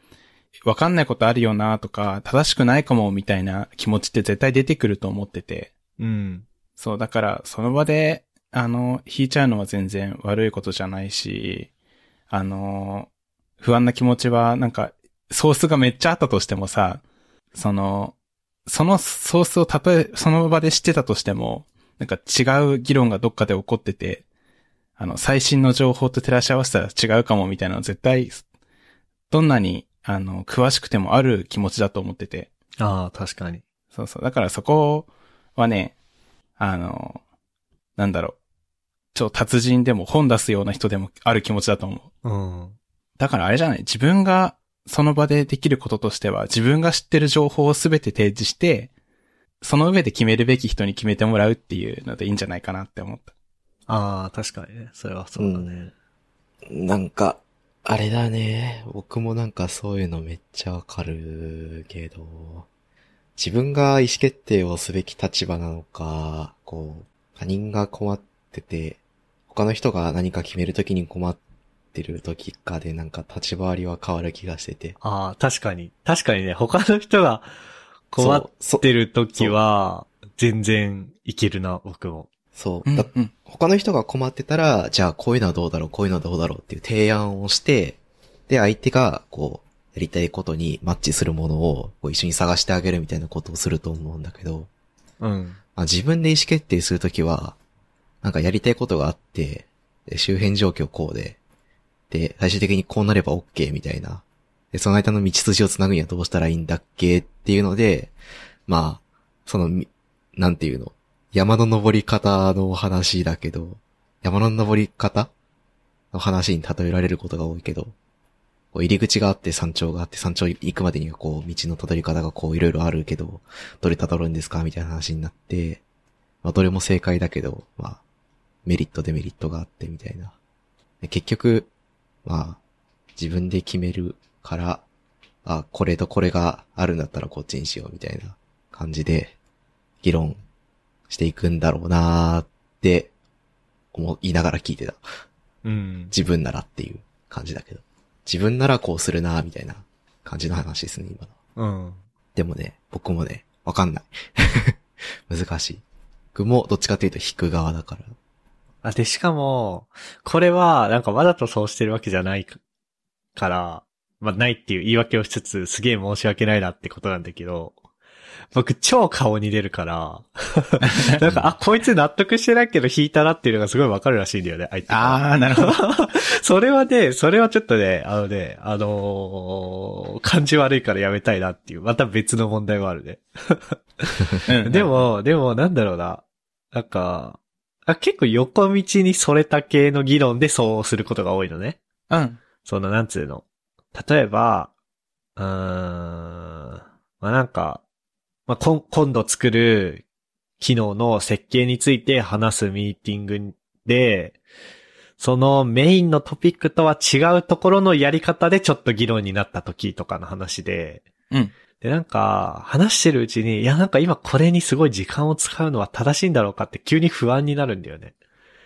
[SPEAKER 2] わかんないことあるよなとか、正しくないかもみたいな気持ちって絶対出てくると思ってて。
[SPEAKER 1] うん。
[SPEAKER 2] そう、だから、その場で、あの、引いちゃうのは全然悪いことじゃないし、あの、不安な気持ちは、なんか、ソースがめっちゃあったとしてもさ、その、そのソースをたとえ、その場で知ってたとしても、なんか違う議論がどっかで起こってて、あの、最新の情報と照らし合わせたら違うかもみたいなの絶対、どんなに、あの、詳しくてもある気持ちだと思ってて。
[SPEAKER 1] ああ、確かに。
[SPEAKER 2] そうそう。だからそこはね、あの、なんだろう。ちょ、達人でも本出すような人でもある気持ちだと思う。
[SPEAKER 1] うん。
[SPEAKER 2] だからあれじゃない自分がその場でできることとしては、自分が知ってる情報をすべて提示して、その上で決めるべき人に決めてもらうっていうのでいいんじゃないかなって思った。
[SPEAKER 1] ああ、確かにね。それはそうだね。
[SPEAKER 3] なんか、あれだね。僕もなんかそういうのめっちゃわかるけど、自分が意思決定をすべき立場なのか、こう、他人が困ってて、他の人が何か決めるときに困ってるときかでなんか立ち回りは変わる気がしてて。
[SPEAKER 1] ああ、確かに。確かにね、他の人が困っ
[SPEAKER 3] そう
[SPEAKER 1] てる時は、全然いけるな、僕も。
[SPEAKER 3] そうう。
[SPEAKER 2] ん、う
[SPEAKER 3] だ
[SPEAKER 2] ん。
[SPEAKER 3] 他の人が困ってたら、じゃあこういうのはどうだろう、こういうのはどうだろうっていう提案をして、で、相手が、こう、やりたいことにマッチするものを、こう一緒に探してあげるみたいなことをすると思うんだけど、
[SPEAKER 1] うん。
[SPEAKER 3] あ自分で意思決定するときは、なんかやりたいことがあって、で周辺状況こうで、で、最終的にこうなれば OK みたいな。で、その間の道筋をつなぐにはどうしたらいいんだっけっていうので、まあ、そのみ、なんていうの、山の登り方の話だけど、山の登り方の話に例えられることが多いけど、こう入り口があって山頂があって山頂行くまでにはこう道のたどり方がこういろいろあるけど、どれたどるんですかみたいな話になって、まあどれも正解だけど、まあ、メリットデメリットがあってみたいな。で結局、まあ、自分で決めるから、あ、これとこれがあるんだったらこっちにしようみたいな感じで、議論していくんだろうなーって思いながら聞いてた。
[SPEAKER 1] うん。
[SPEAKER 3] 自分ならっていう感じだけど。自分ならこうするな、みたいな感じの話ですね、今の。
[SPEAKER 1] うん。
[SPEAKER 3] でもね、僕もね、わかんない。 難しい。僕もどっちかというと引く側だから。
[SPEAKER 1] あ、で、しかも、これは、なんかわざとそうしてるわけじゃないかから、まあ、ないっていう言い訳をしつつ、すげえ申し訳ないなってことなんだけど、僕、超顔に出る から、なんか、あ、こいつ納得してないけど引いたなっていうのがすごいわかるらしいんだよね、相手が。
[SPEAKER 2] あー、なるほど。
[SPEAKER 1] それはね、それはちょっとね、あのね、あのー感じ悪いからやめたいなっていう、また別の問題もあるね。
[SPEAKER 2] う ん
[SPEAKER 1] で、も、でも、なんだろうな。なんか、あ結構横道にそれた系の議論でそうすることが多いのね。
[SPEAKER 2] うん。
[SPEAKER 1] その、なんつうの。例えば、うーん、まあ、なんか、まあ、今今度作る機能の設計について話すミーティングで、そのメインのトピックとは違うところのやり方でちょっと議論になった時とかの話で、
[SPEAKER 2] うん。
[SPEAKER 1] で、なんか、話してるうちに、いや、なんか今これにすごい時間を使うのは正しいんだろうかって急に不安になるんだよね。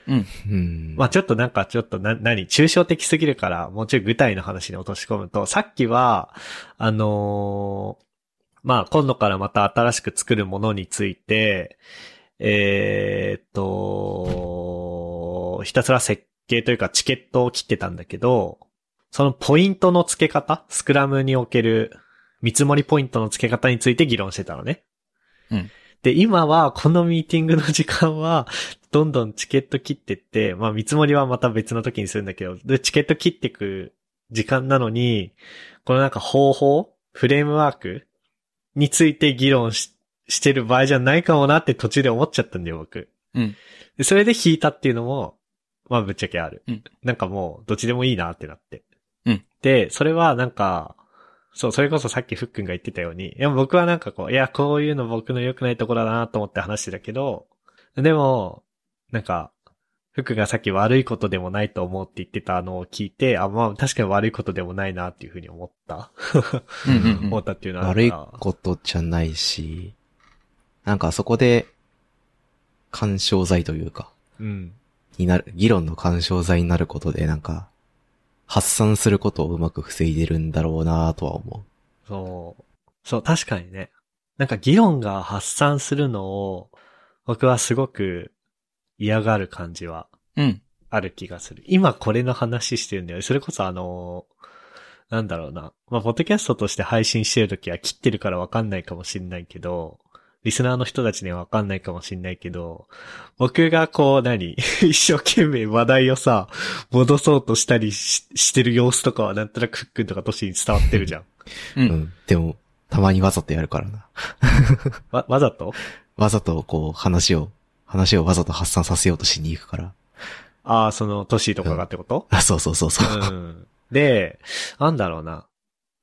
[SPEAKER 3] うん。
[SPEAKER 1] まあちょっとなんかちょっとな、何、抽象的すぎるから、もうちょい具体の話に落とし込むと、さっきは、あのーまあ今度からまた新しく作るものについて、えーっと、ひたすら設計というかチケットを切ってたんだけど、そのポイントの付け方、スクラムにおける見積もりポイントの付け方について議論してたのね。
[SPEAKER 2] うん
[SPEAKER 1] で、今は、このミーティングの時間は、どんどんチケット切ってって、まあ見積もりはまた別の時にするんだけど、で、チケット切ってく時間なのに、このなんか方法フレームワークについて議論ししてる場合じゃないかもなって途中で思っちゃったんだよ、僕。
[SPEAKER 2] うん
[SPEAKER 1] で。それで引いたっていうのも、まあぶっちゃけある。
[SPEAKER 2] うん
[SPEAKER 1] なんかもう、どっちでもいいなってなって。
[SPEAKER 2] うん
[SPEAKER 1] で、それはなんか、そう、それこそさっきふっくんが言ってたように、いや僕はなんかこう、いや、こういうの僕の良くないところだなと思って話してたけど、でも、なんか、ふっくんがさっき悪いことでもないと思うって言ってたのを聞いて、あ、まあ確かに悪いことでもないなっていうふうに思った。
[SPEAKER 2] うんうんうん
[SPEAKER 1] 思ったっていうのはあ
[SPEAKER 3] 悪
[SPEAKER 1] る
[SPEAKER 3] い
[SPEAKER 1] から
[SPEAKER 3] ことじゃないし、なんかそこで、干渉剤というか、
[SPEAKER 1] うん。
[SPEAKER 3] になる、議論の干渉剤になることで、なんか、発散することをうまく防いでるんだろうなとは思
[SPEAKER 1] そう。そう、確かにね。なんか議論が発散するのを、僕はすごく嫌がる感じは
[SPEAKER 2] うん。
[SPEAKER 1] ある気がする。今これの話してるんだよね。それこそあのーなんだろうな。まあ、ポッドキャストとして配信してるときは切ってるからわかんないかもしんないけど、リスナーの人たちにはわかんないかもしんないけど、僕がこう何 一生懸命話題をさ、戻そうとしたりししてる様子とかはなんとなくふっくんとかトシに伝わってるじゃん。
[SPEAKER 2] う
[SPEAKER 3] う。
[SPEAKER 2] ん。
[SPEAKER 3] うん。でも、たまにわざとやるからな。
[SPEAKER 1] わ、わざと
[SPEAKER 3] わざとこう、話を、話をわざと発散させようとしに行くから。
[SPEAKER 1] ああ、その、トシとかがってこと、
[SPEAKER 3] あ、そうそうそうそう。
[SPEAKER 1] うんで、なんだろうな。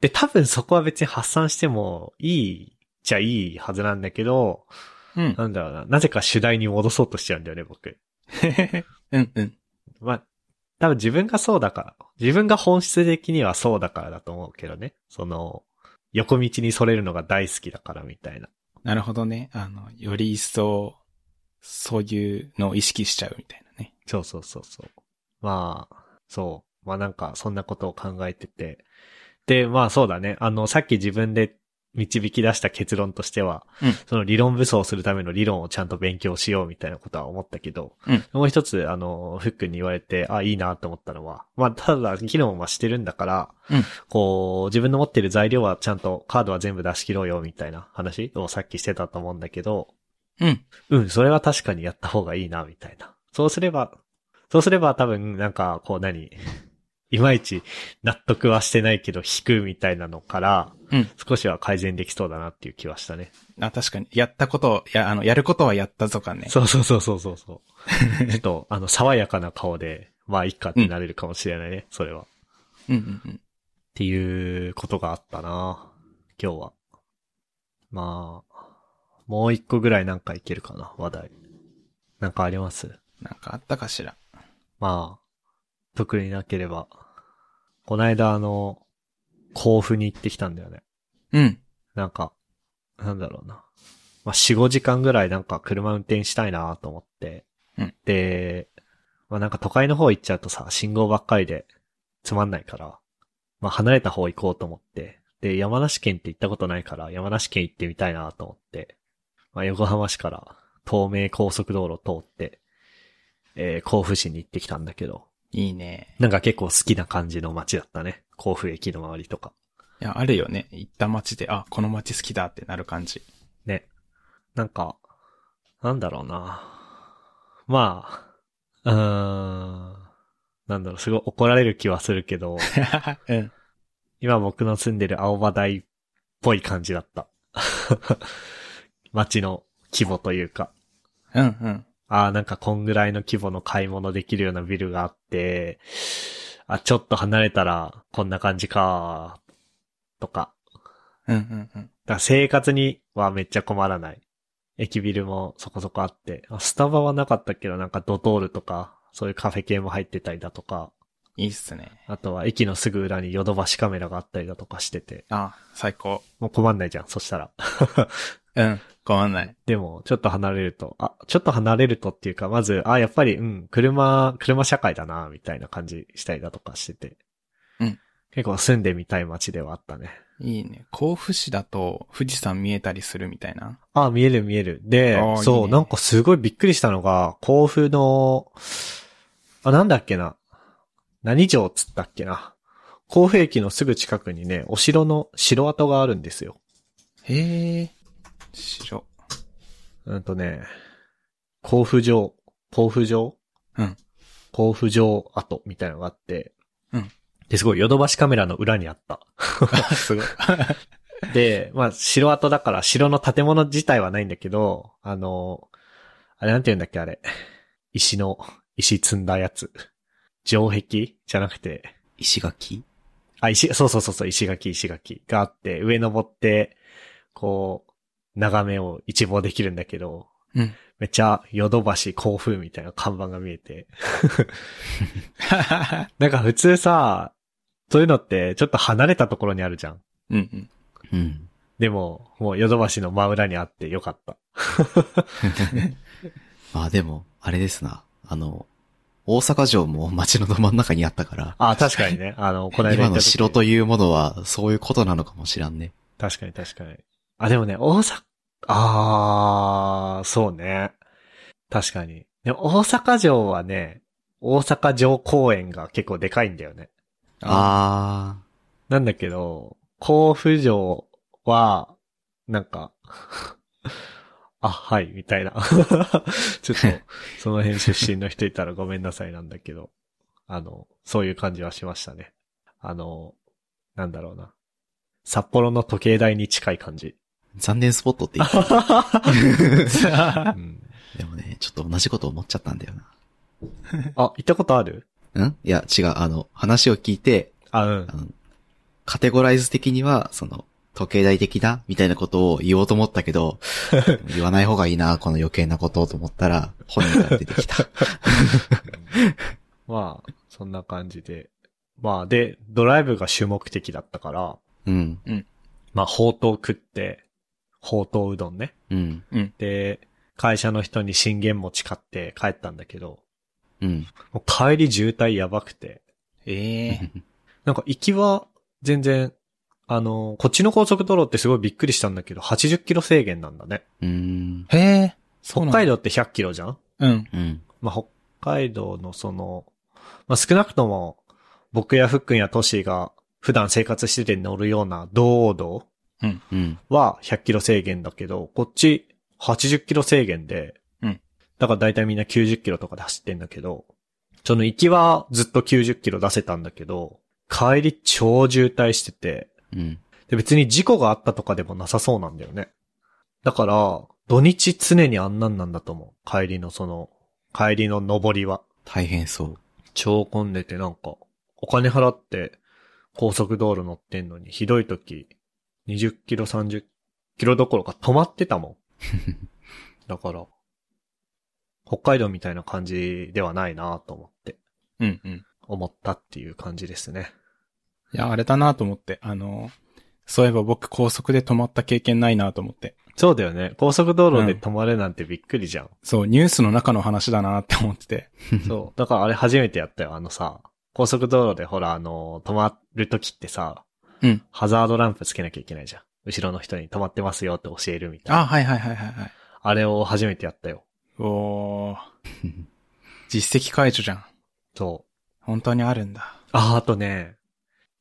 [SPEAKER 1] で、多分そこは別に発散してもいいじゃいいはずなんだけど、
[SPEAKER 2] うん。
[SPEAKER 1] なんだろうな。なぜか主題に戻そうとしちゃうんだよね、僕。
[SPEAKER 2] うんうん。
[SPEAKER 1] まあ、多分自分がそうだから。自分が本質的にはそうだからだと思うけどね。その、横道にそれるのが大好きだからみたいな。
[SPEAKER 2] なるほどね。あの、より一層、そういうのを意識しちゃうみたいなね。
[SPEAKER 1] そうそうそうそう。まあ、そう。まあなんか、そんなことを考えてて。で、まあそうだね。あの、さっき自分で導き出した結論としては、
[SPEAKER 2] うん
[SPEAKER 1] その理論武装するための理論をちゃんと勉強しようみたいなことは思ったけど、
[SPEAKER 2] うん
[SPEAKER 1] もう一つ、あの、フックに言われて、あ、いいなと思ったのは、まあただ、議論はしてるんだから、
[SPEAKER 2] うん
[SPEAKER 1] こう、自分の持ってる材料はちゃんと、カードは全部出し切ろうよみたいな話をさっきしてたと思うんだけど、
[SPEAKER 2] うん。
[SPEAKER 1] うん、それは確かにやった方がいいな、みたいな。そうすれば、そうすれば多分、なんか、こう何、 いまいち納得はしてないけど、引くみたいなのから、
[SPEAKER 2] うん
[SPEAKER 1] 少しは改善できそうだなっていう気はしたね。
[SPEAKER 2] あ、確かに。やったことを、や、あの、やることはやったぞかね。
[SPEAKER 1] そうそうそうそうそう そう。ちょっと、あの、爽やかな顔で、まあ、いっかってなれるかもしれないね、それは。っ
[SPEAKER 2] うんうんうん。
[SPEAKER 1] ていうことがあったな今日は。まあ、もう一個ぐらいなんかいけるかな、話題。なんかあります
[SPEAKER 2] なんかあったかしら。
[SPEAKER 1] まあ、特になければ。こないだあの、甲府に行ってきたんだよね。
[SPEAKER 2] うん。
[SPEAKER 1] なんか、なんだろうな。まあ、4、5時間ぐらいなんか車運転したいなと思って。
[SPEAKER 2] うん
[SPEAKER 1] で、まあなんか都会の方行っちゃうとさ、信号ばっかりでつまんないから、まあ離れた方行こうと思って、で、山梨県って行ったことないから、山梨県行ってみたいなと思って、まあ横浜市から東名高速道路通って、えー甲府市に行ってきたんだけど、
[SPEAKER 2] いいね。
[SPEAKER 1] なんか結構好きな感じの街だったね。甲府駅の周りとか。
[SPEAKER 2] いや、あるよね。行った街で、あ、この街好きだってなる感じ。
[SPEAKER 1] ね。なんか、なんだろうな。まあ、うーん。なんだろう、すごい怒られる気はするけど、
[SPEAKER 2] うん。
[SPEAKER 1] 今僕の住んでる青葉台っぽい感じだった。 街の規模というか。
[SPEAKER 2] うんうん。
[SPEAKER 1] ああ、なんかこんぐらいの規模の買い物できるようなビルがあって、あ、ちょっと離れたらこんな感じか、とか。
[SPEAKER 2] うんうんう
[SPEAKER 1] だ
[SPEAKER 2] ん。
[SPEAKER 1] から生活にはめっちゃ困らない。駅ビルもそこそこあって、あスタバはなかったけどなんかドトールとか、そういうカフェ系も入ってたりだとか、
[SPEAKER 2] いいっすね。
[SPEAKER 1] あとは駅のすぐ裏にヨドバシカメラがあったりだとかしてて、
[SPEAKER 2] あ、最高。
[SPEAKER 1] もう困んないじゃん、そしたら。
[SPEAKER 2] うん。ごめんない。
[SPEAKER 1] でも、ちょっと離れると、あ、ちょっと離れるとっていうか、まず、あ、やっぱり、うん、車、車社会だな、みたいな感じしたりだとかしてて。
[SPEAKER 2] うん。
[SPEAKER 1] 結構住んでみたい街ではあったね。
[SPEAKER 2] いいね。甲府市だと富士山見えたりするみたいな。
[SPEAKER 1] あ、見える見える。で
[SPEAKER 2] あ、ーいい
[SPEAKER 1] そう、
[SPEAKER 2] ね
[SPEAKER 1] なんかすごいびっくりしたのが、甲府の、あ、なんだっけな。何城っつったっけな。甲府駅のすぐ近くにね、お城の城跡があるんですよ。
[SPEAKER 2] へえ。白。
[SPEAKER 1] うんとね、甲府城、甲府城
[SPEAKER 2] うん。
[SPEAKER 1] 甲府城跡みたいなのがあって、
[SPEAKER 2] うん。
[SPEAKER 1] で、すごい、ヨドバシカメラの裏にあった。
[SPEAKER 2] すごい。
[SPEAKER 1] で、まあ、城跡だから、城の建物自体はないんだけど、あの、あれなんて言うんだっけ、あれ。石の、石積んだやつ。城壁じゃなくて、
[SPEAKER 3] 石垣
[SPEAKER 1] あ、石、そうそうそうそう、石垣、石垣があって、上登って、こう、眺めを一望できるんだけど、
[SPEAKER 2] うん。
[SPEAKER 1] めっちゃ、ヨドバシ甲府みたいな看板が見えて。なんか普通さ、そういうのって、ちょっと離れたところにあるじゃん。
[SPEAKER 2] うんうん。
[SPEAKER 3] うん。
[SPEAKER 1] でも、もうヨドバシの真裏にあってよかった。
[SPEAKER 3] まあでも、あれですな。あの、大阪城も街のど真ん中にあったから、
[SPEAKER 1] あ、確かにね。あの、この間
[SPEAKER 3] 今
[SPEAKER 1] 行った
[SPEAKER 3] の
[SPEAKER 1] 時
[SPEAKER 3] 城というものは、そういうことなのかもしらんね。
[SPEAKER 1] 確かに確かに。あ、でもね、大阪、あー、そうね。確かに。でも大阪城はね、大阪城公園が結構でかいんだよね。
[SPEAKER 3] あ
[SPEAKER 1] なんだけど、甲府城は、なんか、 あ、はい、みたいな。 ちょ っと、その辺出身の人いたらごめんなさいなんだけど、あの、そういう感じはしましたね。あの、なんだろうな。札幌の時計台に近い 感じ。
[SPEAKER 3] ー、残念スポットって言ってた
[SPEAKER 1] うん
[SPEAKER 3] でもね、ちょっと同じこと思っちゃったんだよ
[SPEAKER 1] あ、行ったことある
[SPEAKER 3] な。んいや、違う。あの、話を聞いて、
[SPEAKER 1] あ、うん
[SPEAKER 3] あ。の、カテゴライズ的には、その、時計台的なみたいなことを言おうと思ったけど、 言わない方がいいな、この余計なことをと思ったら、本人から出てきた。
[SPEAKER 1] まあ、そんな感じで。まあ、で、ドライブが主目的だったから、
[SPEAKER 3] うん、
[SPEAKER 1] まあ、ほうとう食って、ほうとううどんね。
[SPEAKER 3] うん、
[SPEAKER 1] で、会社の人に信玄餅買って帰ったんだけど、
[SPEAKER 3] うん。
[SPEAKER 1] もう帰り渋滞やばくて。
[SPEAKER 2] ええ。
[SPEAKER 1] なんか行きは全然、あの、こっちの高速道路ってすごいびっくりしたんだけど、80キロ制限なんだね。
[SPEAKER 3] うん、
[SPEAKER 2] へえ。そう
[SPEAKER 1] 北
[SPEAKER 2] なんだ
[SPEAKER 1] 海道って100キロじゃん
[SPEAKER 2] うん。
[SPEAKER 3] うん、
[SPEAKER 1] まあ、北海道のその、まあ、少なくとも、僕やふっくんやトシが普段生活してて乗るような道央道
[SPEAKER 3] うん。
[SPEAKER 1] は100キロ制限だけど、こっち80キロ制限で、
[SPEAKER 2] うん。
[SPEAKER 1] だから大体みんな90キロとかで走ってんだけど、その行きはずっと90キロ出せたんだけど、帰り超渋滞してて、
[SPEAKER 3] うん。
[SPEAKER 1] で別に事故があったとかでもなさそうなんだよね。だから、土日常にあんなんなんだと思う。帰りのその、帰りの上りは。
[SPEAKER 3] 大変そう。
[SPEAKER 1] 超混んでてなんか、お金払って高速道路乗ってんのに、ひどい時、20キロ、30キロどころか止まってたもん。 だから、北海道みたいな感じではないなと思って、
[SPEAKER 2] うんうん。
[SPEAKER 1] 思ったっていう感じですね。
[SPEAKER 2] いや、あれだなと思って。あの、そういえば僕高速で止まった経験ないなと思って。
[SPEAKER 1] そうだよね。高速道路で止まるなんてびっくりじゃん。
[SPEAKER 2] そう、ニュースの中の話だなって思ってて。
[SPEAKER 1] そう。だからあれ初めてやったよ。あのさ、高速道路でほら、あの、止まるときってさ、
[SPEAKER 2] うん
[SPEAKER 1] ハザードランプつけなきゃいけないじゃん。後ろの人に止まってますよって教えるみたいな。
[SPEAKER 2] あ、はいはいはいはいはい。
[SPEAKER 1] あれを初めてやったよ。
[SPEAKER 2] おー。実績解除じゃん。
[SPEAKER 1] そう。
[SPEAKER 2] 本当にあるんだ。
[SPEAKER 1] あ、あとね、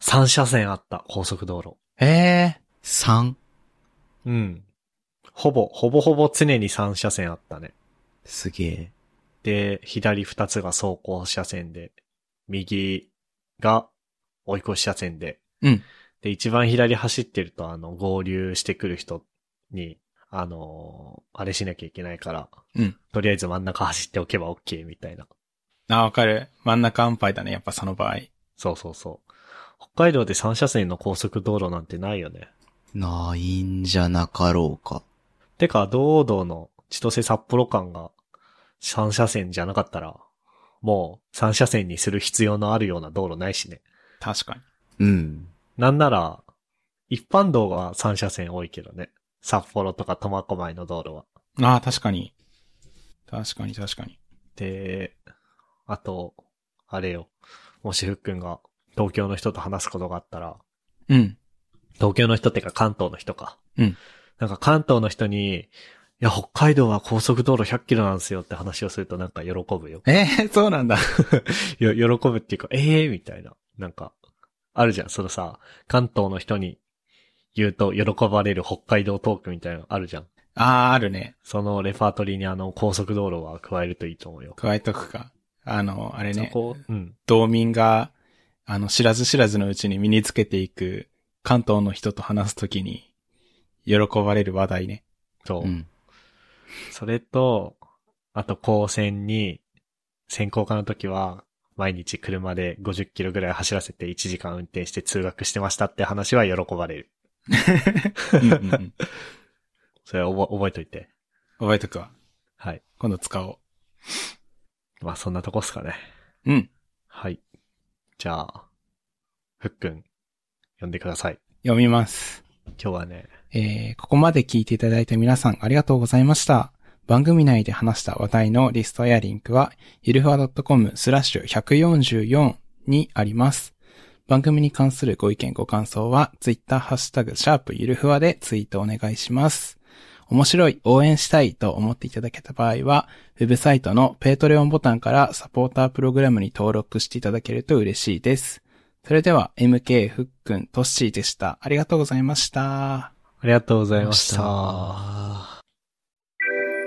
[SPEAKER 1] 3車線あった、高速道路。
[SPEAKER 2] ええ
[SPEAKER 3] 3。
[SPEAKER 1] うん。ほぼ、ほぼほぼ常に3車線あったね。
[SPEAKER 3] すげえ。
[SPEAKER 1] で、左2つが走行車線で、右が追い越し車線で、
[SPEAKER 2] うん。
[SPEAKER 1] で、一番左走ってると、あの、合流してくる人に、あのーあれしなきゃいけないから、
[SPEAKER 2] うん。
[SPEAKER 1] とりあえず真ん中走っておけば OK みたいな。
[SPEAKER 2] あ、わかる。真ん中安牌だね、やっぱその場合。
[SPEAKER 1] そうそうそう。北海道で3車線の高速道路なんてないよね。
[SPEAKER 3] ないんじゃなかろうか。
[SPEAKER 1] てか、道道の千歳札幌間が3車線じゃなかったら、もう3車線にする必要のあるような道路ないしね。
[SPEAKER 2] 確かに。
[SPEAKER 3] うん。
[SPEAKER 1] なんなら、一般道は3車線多いけどね。札幌とか苫小牧の道路は。
[SPEAKER 2] ああ、確かに。確かに、確かに。
[SPEAKER 1] で、あと、あれよ。もしふっくんが東京の人と話すことがあったら、
[SPEAKER 2] うん。
[SPEAKER 1] 東京の人ってか関東の人か。
[SPEAKER 2] うん。
[SPEAKER 1] なんか関東の人に、いや、北海道は高速道路100キロなんですよって話をするとなんか喜ぶよ。
[SPEAKER 2] ええそうなんだ。
[SPEAKER 1] よ、喜ぶっていうか、ええー、みたいな。なんか、あるじゃん。そのさ、関東の人に言うと喜ばれる北海道トークみたいなのあるじゃん。
[SPEAKER 2] ああ、あるね。
[SPEAKER 1] そのレパートリーにあの、高速道路は加えるといいと思うよ。
[SPEAKER 2] 加えとくか。あの、あれ
[SPEAKER 1] そ
[SPEAKER 2] ね。
[SPEAKER 1] こ、うん。
[SPEAKER 2] 道民が、あの、知らず知らずのうちに身につけていく、関東の人と話すときに、喜ばれる話題ね。
[SPEAKER 1] そう。
[SPEAKER 3] うん。
[SPEAKER 1] それと、あと高専に、専攻科の時は、毎日車で50キロぐらい走らせて1時間運転して通学してましたって話は喜ばれる。
[SPEAKER 2] うんうんうん
[SPEAKER 1] それは覚覚えといて。
[SPEAKER 2] 覚えとくわ。
[SPEAKER 1] はい。
[SPEAKER 2] 今度使お
[SPEAKER 1] まあそんなとこっすかね。
[SPEAKER 2] う。うん。
[SPEAKER 1] はい。じゃあ、ふっくん、呼んでください。
[SPEAKER 2] 読みます。
[SPEAKER 1] 今日はね、
[SPEAKER 2] えーここまで聞いていただいた皆さんありがとうございました。番組内で話した話題のリストやリンクは、ゆるふわ .com スラッシュ144にあります。番組に関するご意見ご感想は、ツイッターハッシュタグ、シャープゆるふわでツイートお願いします。面白い、応援したいと思っていただけた場合は、ウェブサイトのペイトレオンボタンからサポータープログラムに登録していただけると嬉しいです。それでは、MK、ふっくん、トッシーでした。ありがとうございました。
[SPEAKER 1] ありがとうございまし
[SPEAKER 3] した
[SPEAKER 1] た。